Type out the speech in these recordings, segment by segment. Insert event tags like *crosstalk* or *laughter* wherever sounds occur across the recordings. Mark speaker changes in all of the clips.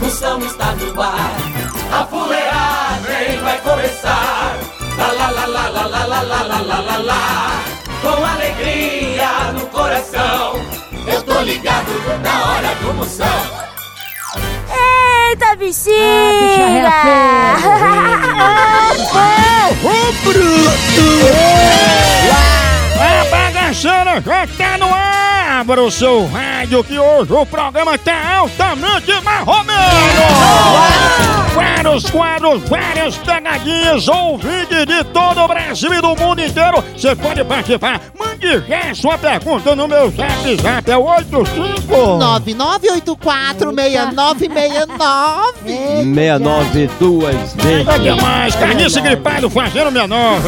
Speaker 1: Moção está no ar, a fuleagem vai começar. Lá lá lá lá lá lá lá lá lá lá lá lá, com alegria no coração, eu tô ligado na hora do Moção.
Speaker 2: Eita, bexiga!
Speaker 3: Ah, é
Speaker 2: *laughs*
Speaker 4: O bruto! A bagaceira já tá no ar! Abra o seu rádio que hoje o programa tá altamente marromeno! Vários quadros, várias pegadinhas, ouvinte de todo o Brasil e do mundo inteiro, você pode participar. Mande já sua pergunta no meu zap zap, é 85...
Speaker 3: 99846969.
Speaker 5: 69 duas vezes.
Speaker 4: É demais, carniça gripado fazendo é menor.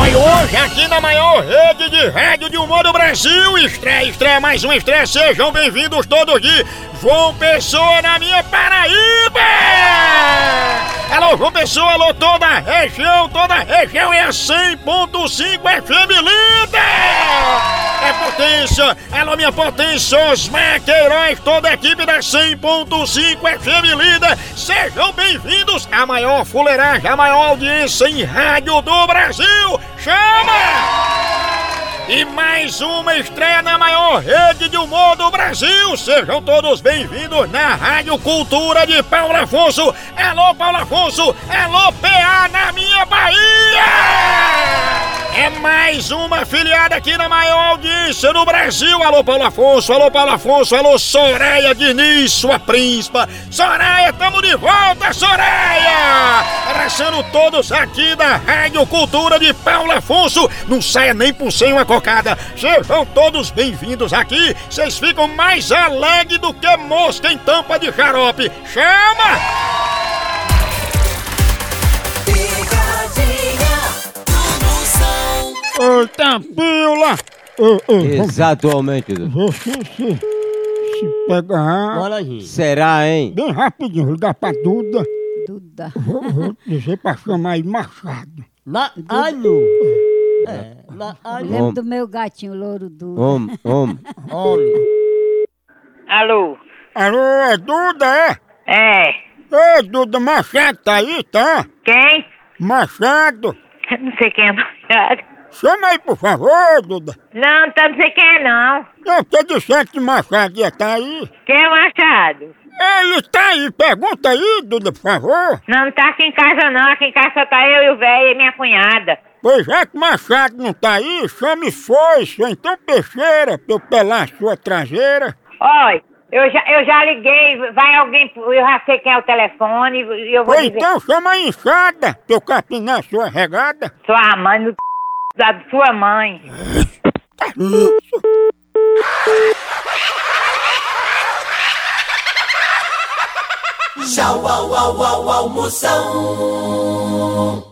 Speaker 4: Oi, hoje aqui na maior rede de rádio de humor do Brasil, estreia, estreia, mais um estreia, sejam bem-vindos todos de João Pessoa na minha Paraíba! Alô, João Pessoa, alô, toda a região, toda a região é 100.5 FM linda! É potência! Alô, minha potência! Osmar Queiroz, toda a equipe da 100.5 FM Lida! Sejam bem-vindos à maior fuleiragem, à maior audiência em rádio do Brasil! Chama! E mais uma estreia na maior rede de humor do Brasil! Sejam todos bem-vindos na Rádio Cultura de Paulo Afonso! Alô, Paulo Afonso! Alô, PA na minha Bahia! É mais uma filiada aqui na maior audiência do Brasil. Alô, Paulo Afonso, alô, Paulo Afonso, alô, Soraya Diniz, sua príncipa. Soraya, tamo de volta, Soraya! Abraçando todos aqui da Rádio Cultura de Paulo Afonso. Não saia nem por sem uma cocada. Sejam todos bem-vindos aqui. Vocês ficam mais alegres do que mosca em tampa de xarope. Chama!
Speaker 1: Picadinha do Moção.
Speaker 4: Ô, Tapila! Ô,
Speaker 5: Exatamente, Dudu.
Speaker 4: se, pegar...
Speaker 5: Será, hein?
Speaker 4: Bem rapidinho, ligar pra Duda.
Speaker 3: Duda.
Speaker 4: Vou, vou dizer pra chamar aí Machado.
Speaker 6: Na ano. É, na ano.
Speaker 3: Lembro do meu gatinho, louro Duda.
Speaker 5: Homem, homem.
Speaker 6: Homem.
Speaker 7: Alô?
Speaker 4: Alô, é Duda, é?
Speaker 7: É.
Speaker 4: Ô, Duda, Machado tá aí, tá?
Speaker 7: Quem?
Speaker 4: Machado,
Speaker 7: Não sei quem é Machado.
Speaker 4: chama aí, por favor, Duda.
Speaker 7: Não, então não sei quem é, não.
Speaker 4: Não, você disse que Machado ia tá aí.
Speaker 7: Quem é Machado?
Speaker 4: Ele tá aí, pergunta aí, Duda, por favor.
Speaker 7: Não, não tá aqui em casa, não. Aqui em casa só tá eu e o velho e minha cunhada.
Speaker 4: Pois já que Machado não tá aí, chame foice, ou então peixeira, pra eu pelar a sua traseira.
Speaker 7: Olha, eu já, eu já liguei. Vai alguém... Eu já sei quem é o telefone e eu vou
Speaker 4: Ou
Speaker 7: dizer...
Speaker 4: então chama a enxada, pra eu capinar a sua regada.
Speaker 7: Sua mãe no c... da sua mãe.
Speaker 1: Tchau, au, au, au, au, Moção.